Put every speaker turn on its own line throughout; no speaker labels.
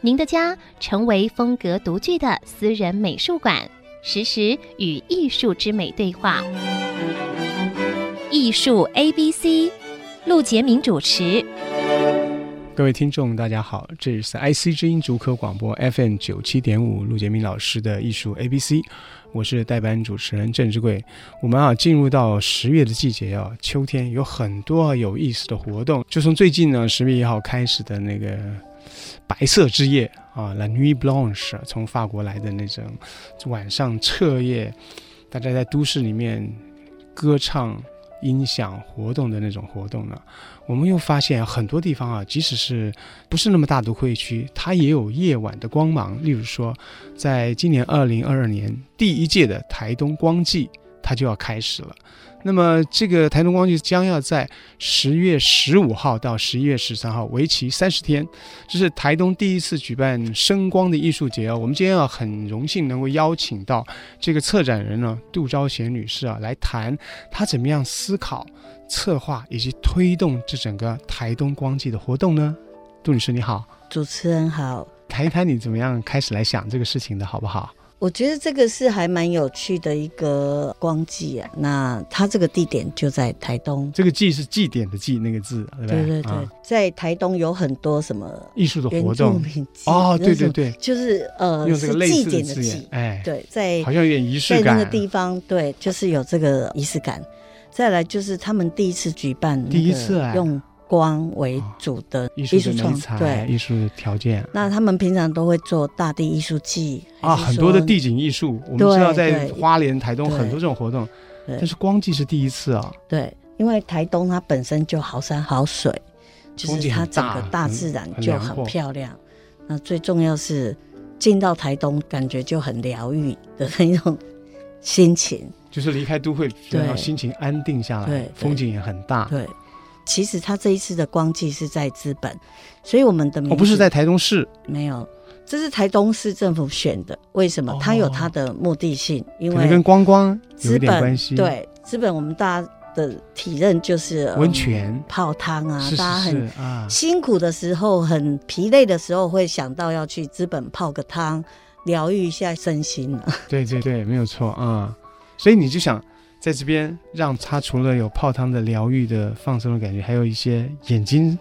您的家成为风格独具的私人美术馆，实时与艺术之美对话。艺术 A B C，陆杰明主持。
各位听众，大家好，这里是 IC 之音竹科广播 FM 九七点五，陆杰明老师的艺术 ABC，我是代班主持人郑之贵。我们啊，进入到十月的季节啊，秋天有很多有意思的活动，就从最近呢十月一号开始的那个白色之夜啊，La Nuit Blanche，啊从法国来的那种晚上彻夜，大家在都市里面歌唱、音响活动的那种活动呢。我们又发现很多地方啊，即使是不是那么大都会区，它也有夜晚的光芒。例如说，在今年二零二二年第一届的台东光季，它就要开始了。那么，这个台东光季将要在十月十五号到十一月十三号，为期三十天。这是台东第一次举办声光的艺术节啊、我们今天啊，很荣幸能够邀请到这个策展人呢、杜昭贤女士啊，来谈她怎么样思考策划以及推动这整个台东光季的活动呢？杜女士你好，
主持人好，
谈一谈你怎么样开始来想这个事情的好不好？
我觉得这个是还蛮有趣的一个光季啊。那它这个地点就在台东，
这个“祭”是祭典的“祭”，那个字，对不
对对
对
对，
啊
在台东有很多什么
艺术的
原
活
住
动
民祭
哦，对对，
那
对
种，就是呃
用这
是
个类
祭
似的
典的
字眼
祭，，
哎，
对，在
好像有点仪式
在那
感。啊
个地方，对，就是有这个仪式感。再来就是他们第一次举办那个
第一次哎
用光为主的
艺
艺
术
术
的
创
题材、
对。
艺术的条件
那他们平常都会做大地艺术季
啊，
还是
很多的
说
地景艺术，我们
对
知道在
对
花莲、台东
对
很多这种活动，
对
但是光季是第一次啊，
对，因为台东它本身就好山好水，就
风
是
景
它
很
整
大
个大
很
自然
很
就
辽
很
阔
漂亮。那最重要是进到台东，感觉就很疗愈的那种心情。
就是离开都会，
对
然后心情安定下
对
来
对，
风景也很大。
对，其实它这一次的光季是在资本，所以我们的名
哦，不是
字
在台东市，
没有。这是台东市政府选的，为什么？它有它
哦
的目的性，因
可能跟
为
观光有
资
一点
本
关系。，
对资本，我们大家的体认就是呃
温泉
泡汤啊，
是
大家很
是是啊，
辛苦的时候、很疲累的时候，会想到要去资本泡个汤，疗愈一下身心啊。
对对对，没有错啊、所以你就想在这边让他除了有泡汤的疗愈的放松的感觉，还有一些眼睛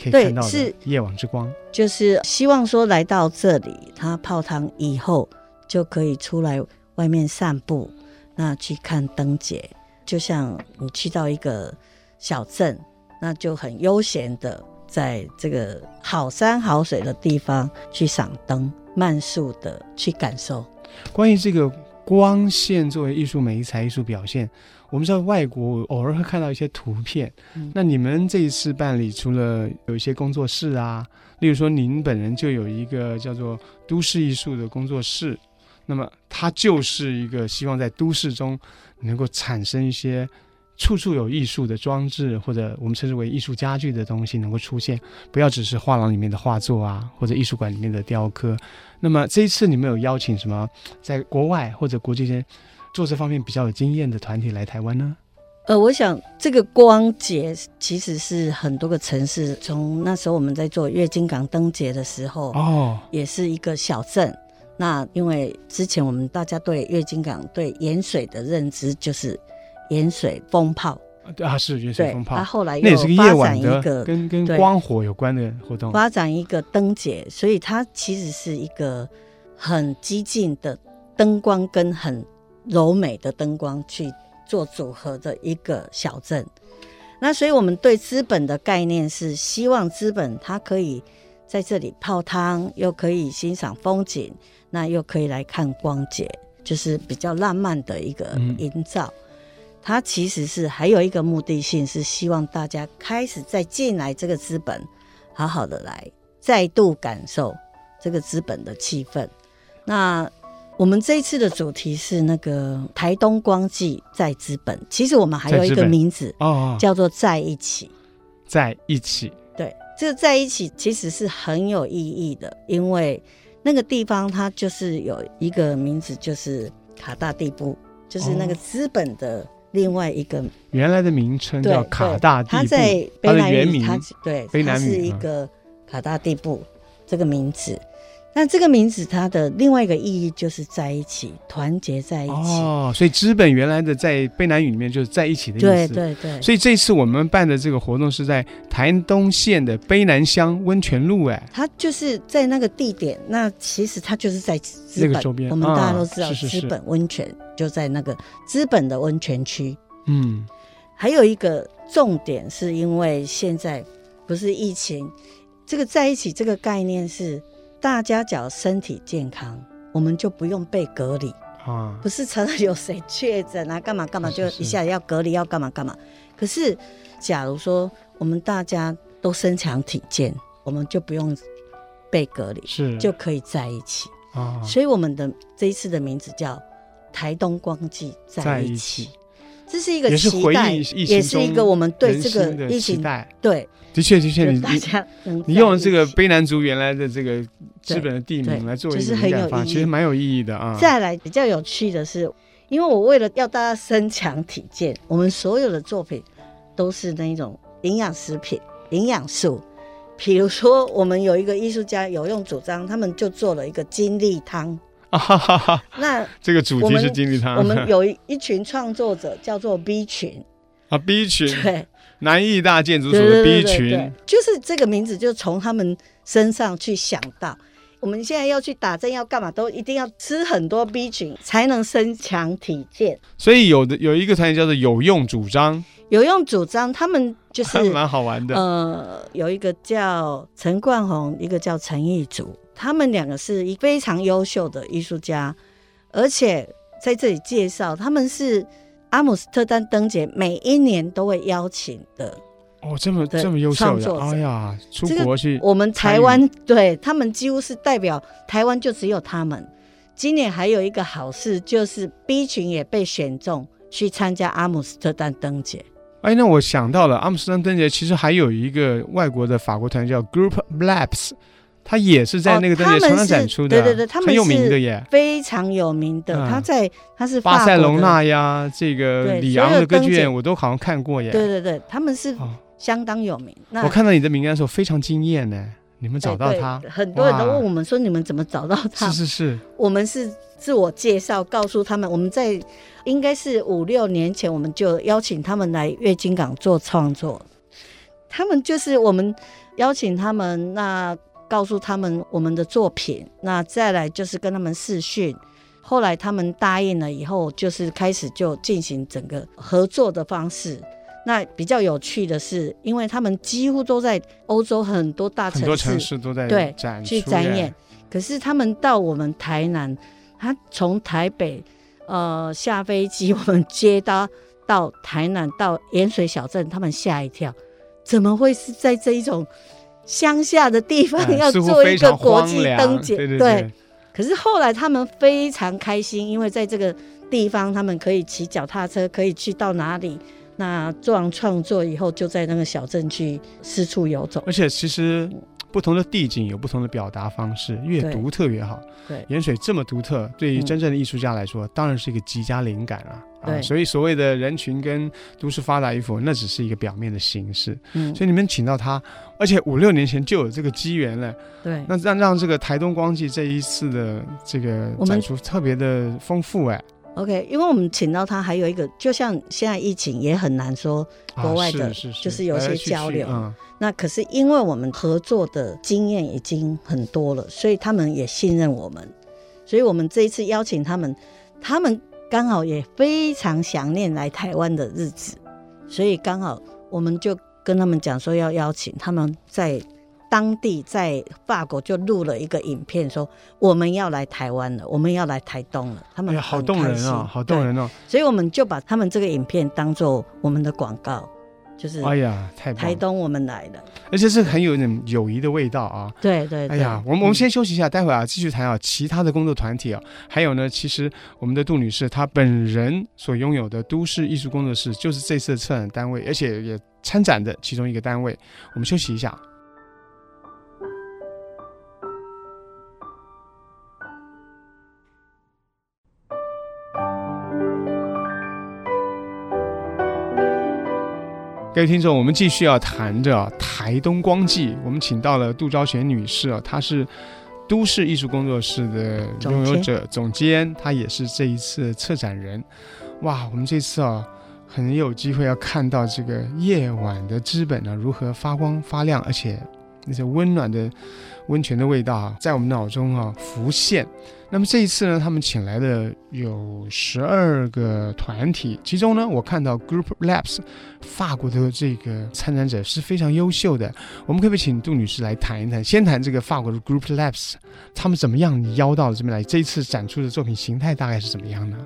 可以
对
看到的
是
夜晚之光。
就是希望说来到这里，他泡汤以后就可以出来外面散步，那去看灯节，就像你去到一个小镇，那就很悠闲的在这个好山好水的地方去赏灯，慢速的去感受。
关于这个光线作为艺术媒材、艺术表现，我们知道外国偶尔会看到一些图片。
嗯
那你们这一次办理，除了有一些工作室啊，例如说您本人就有一个叫做都市艺术的工作室，那么它就是一个希望在都市中能够产生一些。处处有艺术的装置，或者我们称之为艺术家具的东西能够出现，不要只是画廊里面的画作啊，或者艺术馆里面的雕刻。那么这一次你们有邀请什么在国外或者国际间做这方面比较有经验的团体来台湾呢？
呃，我想这个光节其实是很多个城市，从那时候我们在做月经港灯节的时候，
哦，
也是一个小镇。那因为之前我们大家对月经港、对盐水的认知就是盐水风炮，
对啊，是原水
对
风，炮，
它后来
那也
又
是个夜
发展
晚
一
的，
个
跟跟
对
光火有关的活动。哦
发展一个灯节，所以它其实是一个很激进的灯光跟很柔美的灯光去做组合的一个小镇。那所以我们对资本的概念是希望资本它可以在这里泡汤，又可以欣赏风景，那又可以来看光节，就是比较浪漫的一个
嗯
营造。它其实是还有一个目的性，是希望大家开始再进来这个资本，好好的来再度感受这个资本的气氛。那我们这一次的主题是那个台东光记在资本，其实我们还有
在
一
资
个
本
名字
哦，
叫做在一起。
在一起，
对，这个在一起其实是很有意义的，因为那个地方它就是有一个名字，就是卡大地布，就是那个
哦
资本的另外一个、
原来的名称
对
叫卡大地
它
布
在
它
卑
的
南
原
语，
名
它对，
卑南
它是
语
一
嗯
个卡大地布这个名字。那这个名字它的另外一个意义就是在一起，团结在一起。
哦，所以资本原来的在卑南语里面就是在一起的意思。
对对对，
所以这次我们办的这个活动是在台东县的卑南乡温泉路，哎，
它就是在那个地点，那其实它就是在资本
那个周边
我们大家都知
啊
道，
是是是
资本温泉就在那个资本的温泉区。
嗯，
还有一个重点，是因为现在不是疫情，这个在一起这个概念是，大家只要身体健康，我们就不用被隔离，
啊，
不是常常有谁确诊啊，干嘛干嘛，
是
就是
是
一下要隔离，要干嘛干嘛。可是，假如说我们大家都身强体健，我们就不用被隔离，
是
就可以在一起。
啊，
所以我们的这一次的名字叫台东光记
在
在
一
一
起
起，这是一个
也是
期
回
待，
忆疫情
也是一
中
个我们对
人
这
心
个
的
疫
期
情
待，
对，
的确的确，
就
你
大
你
家能
你用了
在
这个
一起
卑南族原来的这个资本的地
对
名来作为
就
一
是
个
很
灵感
有
方案
意
其实
义
蛮有意义的啊。
再来比较有趣的是，因为我为了要大家身强体健，我们所有的作品都是那一种营养食品、营养素。比如说，我们有一个艺术家有用主张，他们就做了一个金栗汤。
啊 哈哈哈，
那
这个主
我
题
们
是金立汤，
我们有一一群创作者叫做 B 群，
啊 B 群
对，
南艺大建筑所
对
的
对
B
对对
群
对，就是这个名字就从他们身上去想到。我们现在要去打针，要干嘛都一定要吃很多 B 群，才能身强体健。
所以有的有一个团体叫做有用主张，
有用主张，他们就是
还蛮好玩的。
呃，有一个叫陈冠宏，一个叫陈义竹，他们两个是一非常优秀的艺术家，而且在这里介绍，他们是阿姆斯特丹灯节每一年都会邀请的
哦，这么
对
这么优秀
创
的，
作者
哎呀，出
这个
国去
我们
嗯
台
参
湾对他们几乎是代表台湾，就只有他们。今年还有一个好事，就是 B 群也被选中去参加阿姆斯特丹灯节。
哎，那我想到了阿姆斯特丹灯节，其实还有一个外国的法国团叫 Group Labs，它也是在那个灯节
哦他们
常常
是
展出的，
对对对他们
很有名
是
的耶。
非常有名的，
嗯
他在他是法
巴
国
塞
的
隆，纳呀，这个
对
里
所有
昂的歌
灯
剧
节
院，我都好像看过耶。
对对对，他们是
哦，
相当有名。那
我看到你的名单的时候非常惊艳呢，你们
对
找到
对
他，
很多人都
哇
问我们说你们怎么找到他？
是是是，
我们是自我介绍，告诉他们我们在应该是五六年前，我们就邀请他们来月经港做创作。他们就是我们邀请他们，那告诉他们我们的作品，那再来就是跟他们试训。后来他们答应了以后，就是开始就进行整个合作的方式。那比较有趣的是，因为他们几乎都在欧洲很多大
很多城市都在
对
展出
去展
耶
演。可是他们到我们台南，他从台北呃下飞机，我们接他到台南到盐水小镇，他们吓一跳，怎么会是在这一种乡下的地方、
哎
要
似乎
做
非
一个
常
国
荒
际
凉
灯节？
对对对，
可是后来他们非常开心，因为在这个地方他们可以骑脚踏车，可以去到哪里。那做完创作以后，就在那个小镇去四处游走。
而且其实不同的地景有不同的表达方式，越
对
独特越好。
对
盐水这么独特，对于
嗯
真正的艺术家来说，当然是一个极佳灵感啊。啊，
对
所以所谓的人群跟都市发达与否，那只是一个表面的形式。
嗯，
所以你们请到他，而且五六年前就有这个机缘了，
对。
那让让这个台东光记这一次的这个
我们
展出特别的丰富哎，
OK，因为我们请到他，还有一个，就像现在疫情也很难说，
啊
国外的
是是
就是有一些交流
来来去去嗯
那可是因为我们合作的经验已经很多了，所以他们也信任我们，所以我们这一次邀请他们，他们刚好也非常想念来台湾的日子，所以刚好我们就跟他们讲说要邀请他们在当地在法国就录了一个影片说我们要来台湾了，我们要来台东了，他
哎
们
呀，好
嗯很
动
开
人
心
啊，好动。
对
人哦！
所以我们就把他们这个影片当做我们的广告，就是
哎呀，太棒
台
了，
东我们来的，
而且是很有那种友谊的味道啊。
对对
哎
对。
呀，我们我们
嗯
先休息一下，待会儿啊继续谈啊其他的工作团体啊，还有呢，其实我们的杜女士她本人所拥有的都市艺术工作室就是这次的策展单位，而且也参展的其中一个单位。我们休息一下。各位听众，我们继续要谈着台东光记，我们请到了杜昭璇女士啊，她是都市艺术工作室的拥有者、总监，她也是这一次的策展人。哇，我们这次啊，很有机会要看到这个夜晚的资本啊呢、如何发光发亮，而且那些温暖的温泉的味道啊，在我们脑中啊浮现。那么这一次呢，他们请来的有十二个团体，其中呢，我看到 Group Labs 法国的这个参展者是非常优秀的。我们可不可以请杜女士来谈一谈？先谈这个法国的 Group Labs，他们怎么样邀到了这边来？这一次展出的作品形态大概是怎么样呢？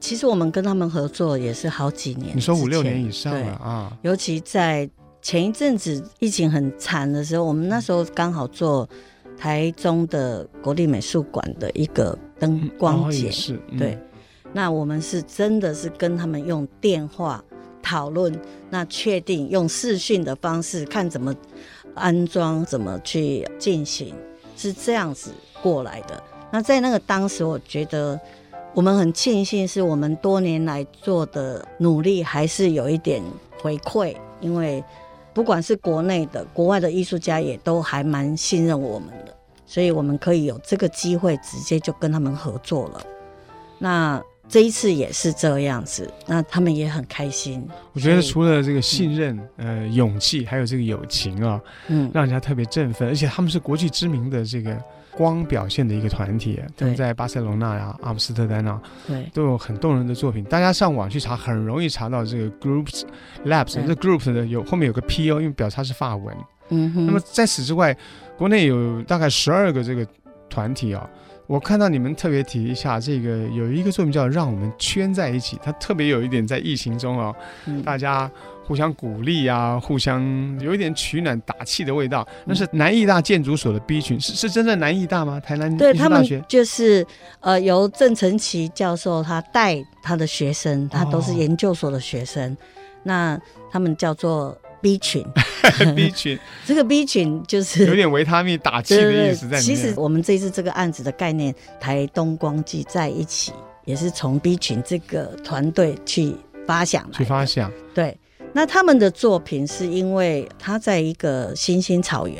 其实我们跟他们合作也是好几年之前，
你说五六年以上
对
了啊？
尤其在前一阵子疫情很惨的时候，我们那时候刚好做台中的国立美术馆的一个灯光
嗯哦
节
也，是、嗯
对，那我们是真的是跟他们用电话讨论，那确定用视讯的方式看怎么安装，怎么去进行，是这样子过来的。那在那个当时，我觉得我们很庆幸，是我们多年来做的努力还是有一点回馈，因为不管是国内的、国外的艺术家，也都还蛮信任我们的，所以我们可以有这个机会直接就跟他们合作了。那这一次也是这样子，那他们也很开心。
我觉得
所以
除了这个信任、呃勇气，还有这个友情啊，
嗯，
让人家特别振奋，而且他们是国际知名的这个光表现的一个团体，他们
对
在巴塞罗那呀、阿姆斯特丹啊
对
都有很动人的作品。大家上网去查，很容易查到这个 Groups Labs，
嗯
这 Groups 的有后面有个 P O，因为表它是法文。
嗯哼，
那么在此之外，国内有大概十二个这个团体啊、我看到你们特别提一下，这个有一个作品叫《让我们圈在一起》，它特别有一点在疫情中啊、
嗯
大家互相鼓励啊，互相有一点取暖打气的味道。那是南艺大建筑所的 B 群，是是真的南艺大吗？台南
对
艺术
他
大
们
学
就是呃，由郑成奇教授他带他的学生，他都是
哦
研究所的学生，那他们叫做 B 群，
B 群
这个 B 群就是
有点维他命打气
对
的
对
意思在
对，
里
其
面。
实我们这次这个案子的概念，台东光记在一起，也是从 B 群这个团队去发想来
去
的
发想，
对，那他们的作品是因为他在一个星星草原，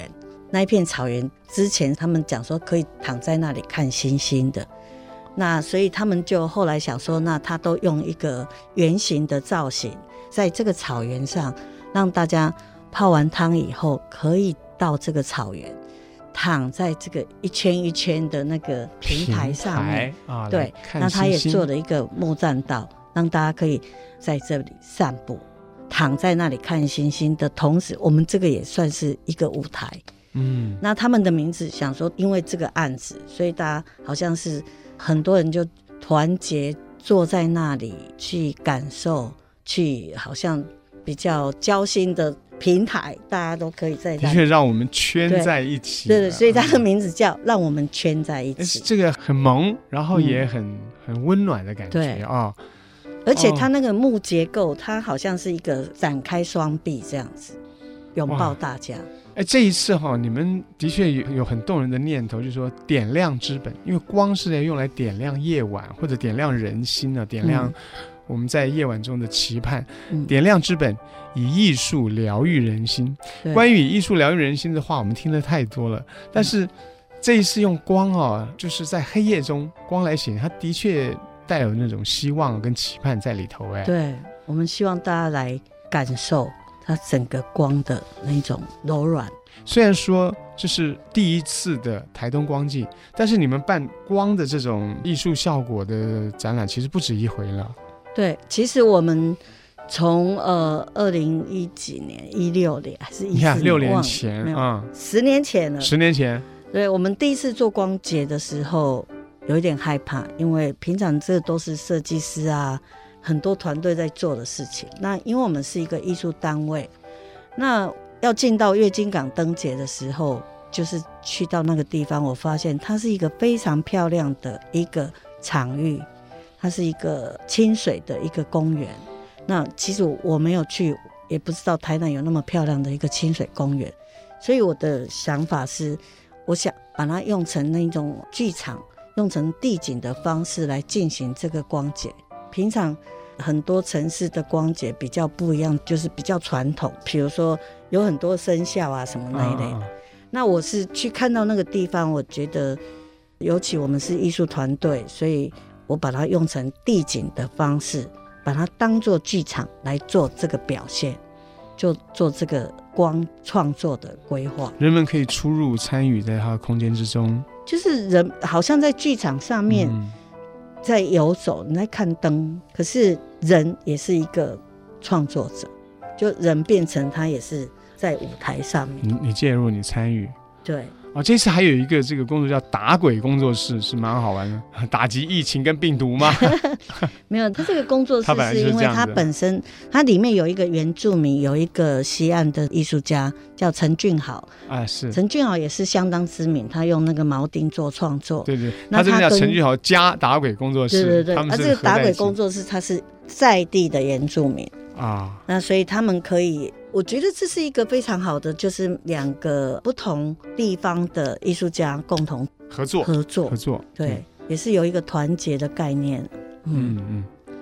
那一片草原之前他们讲说可以躺在那里看星星的，那所以他们就后来想说，那他都用一个圆形的造型，在这个草原上让大家泡完汤以后可以到这个草原。躺在这个一圈一圈的那个平台上面，
平台啊，来
对，
看
那他也
星星
做了一个木栈道，让大家可以在这里散步，躺在那里看星星的同时，我们这个也算是一个舞台。
嗯，
那他们的名字想说，因为这个案子，所以大家好像是很多人就团结坐在那里去感受，去好像比较交心的平台，大家都可以在
的
那
确
里。
让我们圈
对
在一起了。
对对，所以它的
嗯
名字叫“让我们圈在一
哎
起”。
这个很萌，然后
嗯
也很、很温暖的感觉
对
啊、
而且
哦
它那个木结构，它好像是一个展开双臂这样子，拥抱大家。
哎，这一次哈、你们的确有有很动人的念头，就是说点亮资本，因为光是要用来点亮夜晚，或者点亮人心啊，点亮
嗯
我们在夜晚中的期盼，
嗯
点亮资本，以艺术疗愈人心。
对嗯
关于艺术疗愈人心的话，我们听的太多了，但是这一次用光啊，就是在黑夜中光来显，它的确带有那种希望跟期盼在里头。哎，
对，我们希望大家来感受它整个光的那种柔软。
虽然说这是第一次的台东光季，但是你们办光的这种艺术效果的展览，其实不止一回了。
对，其实我们从呃二零一几年，一六年还是一
你看，六年
没
前
有
啊、
十年前了。
十年前，
对，我们第一次做光节的时候，有一点害怕，因为平常这都是设计师啊、很多团队在做的事情。那因为我们是一个艺术单位，那要进到月经港灯节的时候，就是去到那个地方，我发现它是一个非常漂亮的一个场域，它是一个清水的一个公园。那其实我没有去，也不知道台南有那么漂亮的一个清水公园，所以我的想法是，我想把它用成那种剧场，用成地景的方式来进行这个光节。平常很多城市的光节比较不一样，就是比较传统，比如说有很多生肖啊什么那一类的。
啊
那我是去看到那个地方，我觉得，尤其我们是艺术团队，所以我把它用成地景的方式，把它当做剧场来做这个表现，就做这个光创作的规划。
人们可以出入参与在它的空间之中。
就是人好像在剧场上面
嗯
在游走，你在看灯，可是人也是一个创作者，就人变成他也是在舞台上面。
你你介入，你参与。
对，
哦，这次还有一个这个工作叫打鬼工作室，是蛮好玩的， 打击疫情跟病毒吗？
没有，他这个工作室
他本来就是
是因
这
为
样
他
子
本身，它里面有一个原住民，有一个西岸的艺术家叫陈俊豪，
啊，是。
陈俊豪也是相当知名，他用那个铆钉做创作。
对对，
那
他这边
他
叫
跟
陈俊豪加打鬼工作
对
室，
对对，
他
啊，
们
这个打鬼工
作
作室他是在地的原住民，
啊，
那所以他们可以，我觉得这是一个非常好的，就是两个不同地方的艺术家共同
合作
合作
合，作，
对，也是有一个团结的概念。嗯
嗯，嗯嗯，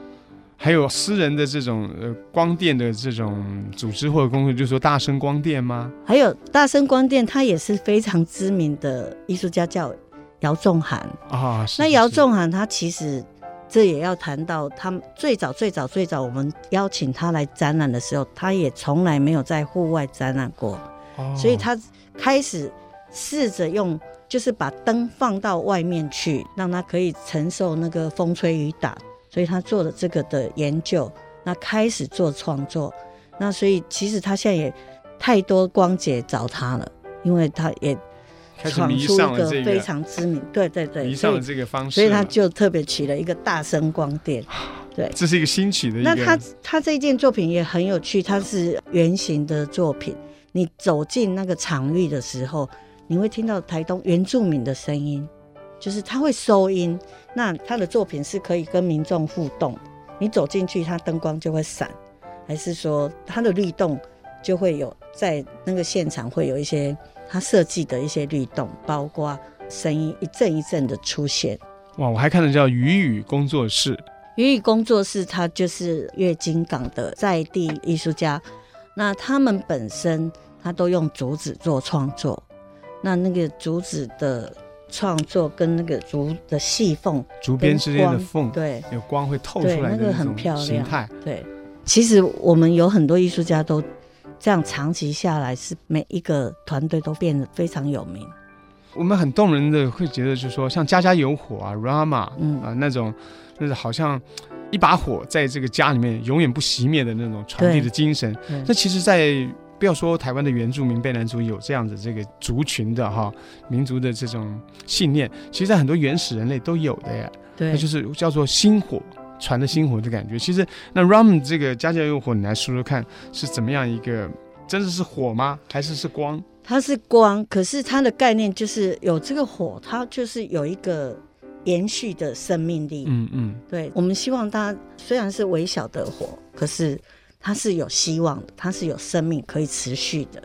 还有私人的这种呃光电的这种组织或者工作，就是说大声光电吗？
还有大声光电，他也是非常知名的艺术家，叫姚仲涵。
啊，是
那
是
姚
是
仲涵他其实这也要谈到他们最早最早最早我们邀请他来展览的时候，他也从来没有在户外展览过，
哦
所以他开始试着用。就是把灯放到外面去，让它可以承受那个风吹雨打，所以他做了这个的研究，那开始做创作，那所以其实他现在也太多光姐找他了，因为他也
开始
闯
迷
出一
上
个
了这
非
个，
常知名，对对对，
迷
所
上
以
了这个方式了，
所以他就特别起了一个大声光电。对，
这是一个新奇的一个，
那他他这件作品也很有趣，它是圆形的作品。你走进那个场域的时候，你会听到台东原住民的声音，就是他会收音。那他的作品是可以跟民众互动，你走进去，它灯光就会闪，还是说它的律动就会有在那个现场会有一些他设计的一些律动，包括声音一阵一阵的出现。
哇，我还看到叫鱼语工作室，
云雨工作室，它就是月经港的在地艺术家。那他们本身，他都用竹子做创作。那那个竹子的创作跟那个竹的细缝，
竹编之间的缝，
对
有光会透
对，
出
那
来
个
的
很漂
种形
亮。
态，
对，其实我们有很多艺术家都这样长期下来，是每一个团队都变得非常有名。
我们很动人的会觉得，就是说像家家有火啊，Rama 啊、
嗯
那种，那是好像一把火在这个家里面永远不熄灭的那种传递的
对
精神。
对
那其实在，不要说台湾的原住民、卑南族有这样的这个族群的哈民族的这种信念，其实，在很多原始人类都有的耶，那
对，
就是叫做星火。传的星火的感觉，其实那 Ram 这个家家有火，你来说说看是怎么样一个，真的是火吗？还是是光？
它是光，可是它的概念就是有这个火，它就是有一个延续的生命力。
嗯嗯，
对我们希望它虽然是微小的火，可是它是有希望的，它是有生命可以持续的。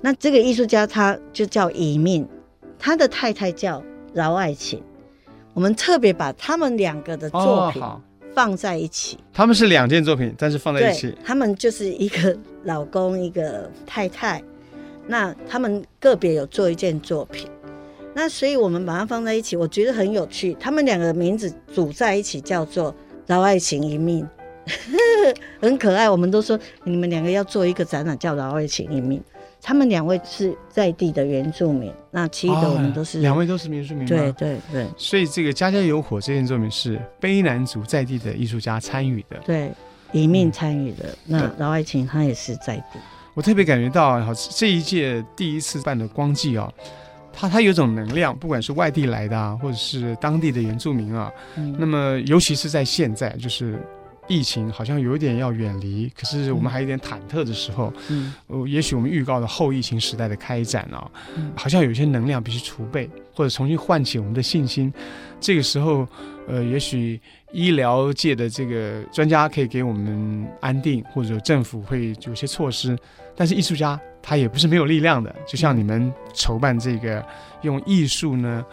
那这个艺术家他就叫以命，他的太太叫饶爱琴。我们特别把他们两个的作
哦
品
好，
放在一起，
他们是两件作品，但是放在一
对
起，
他们就是一个老公，一个太太。 那他们个别有做一件作品，那所以我们把它放在一起，我觉得很有趣。他们两个名字组在一起叫做“饶爱情一命”， 很可爱。我们都说你们两个要做一个展览叫“饶爱情一命”。他们两位是在地的原住民，那其余的我们都是、
哦两位都是民俗民
对对对
所以这个《家家有火》这件作品是卑南族在地的艺术家参与的。
对，一命
嗯
参与的。那饶爱情他也是在地。
我特别感觉到啊，这一届第一次办的光祭啊，它它有一种能量，不管是外地来的啊，或者是当地的原住民啊，
嗯
那么尤其是在现在，就是疫情好像有一点要远离，可是我们还有点忐忑的时候，
嗯
呃，也许我们预告了后疫情时代的开展啊
嗯，
好像有一些能量必须储备，或者重新唤起我们的信心。这个时候，呃，也许医疗界的这个专家可以给我们安定，或者政府会有些措施，但是艺术家他也不是没有力量的。就像你们筹办这个，用艺术呢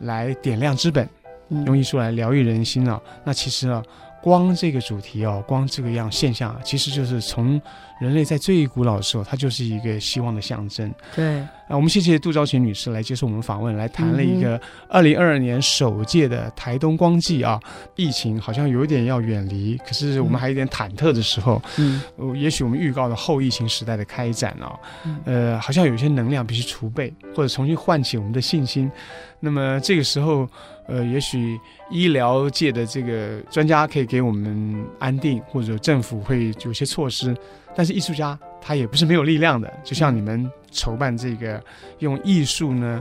来点亮资本，
嗯
用艺术来疗愈人心啊。那其实啊，光这个主题哦、光这个样现象啊，其实就是从人类在最古老的时候，它就是一个希望的象征。
对，
啊，我们谢谢杜昭琴女士来接受我们访问，来谈了一个二零二二年首届的台东光祭啊，疫情好像有点要远离，可是我们还有点忐忑的时候，
嗯
呃，也许我们预告了后疫情时代的开展啊，
嗯
呃，好像有些能量必须储备，或者重新唤起我们的信心。那么这个时候，呃，也许医疗界的这个专家可以给我们安定，或者政府会有些措施，但是艺术家他也不是没有力量的。就像你们筹办这个，用艺术呢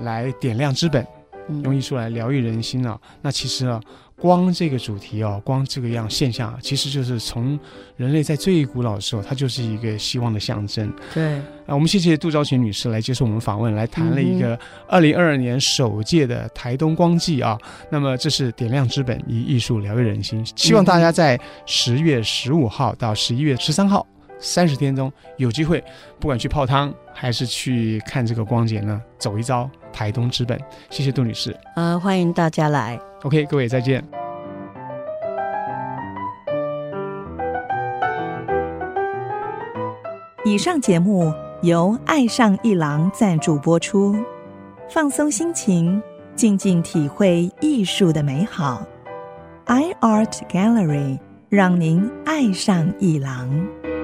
来点亮资本，
嗯
用艺术来疗愈人心啊。那其实啊，光这个主题哦、光这个样现象啊，其实就是从人类在最古老的时候，它就是一个希望的象征。
对，
啊，我们谢谢杜昭琴女士来接受我们访问，来谈了一个二零二二年首届的台东光祭啊。那么这是点亮资本，以艺术疗愈人心。希望大家在十月十五号到十一月十三号三十天中有机会，不管去泡汤还是去看这个光节呢，走一遭台东资本。谢谢杜女士。
呃，欢迎大家来。
OK，各位再见。
以上节目由爱上一郎赞助播出，放松心情，静静体会艺术的美好。iArt Gallery 让您爱上一郎。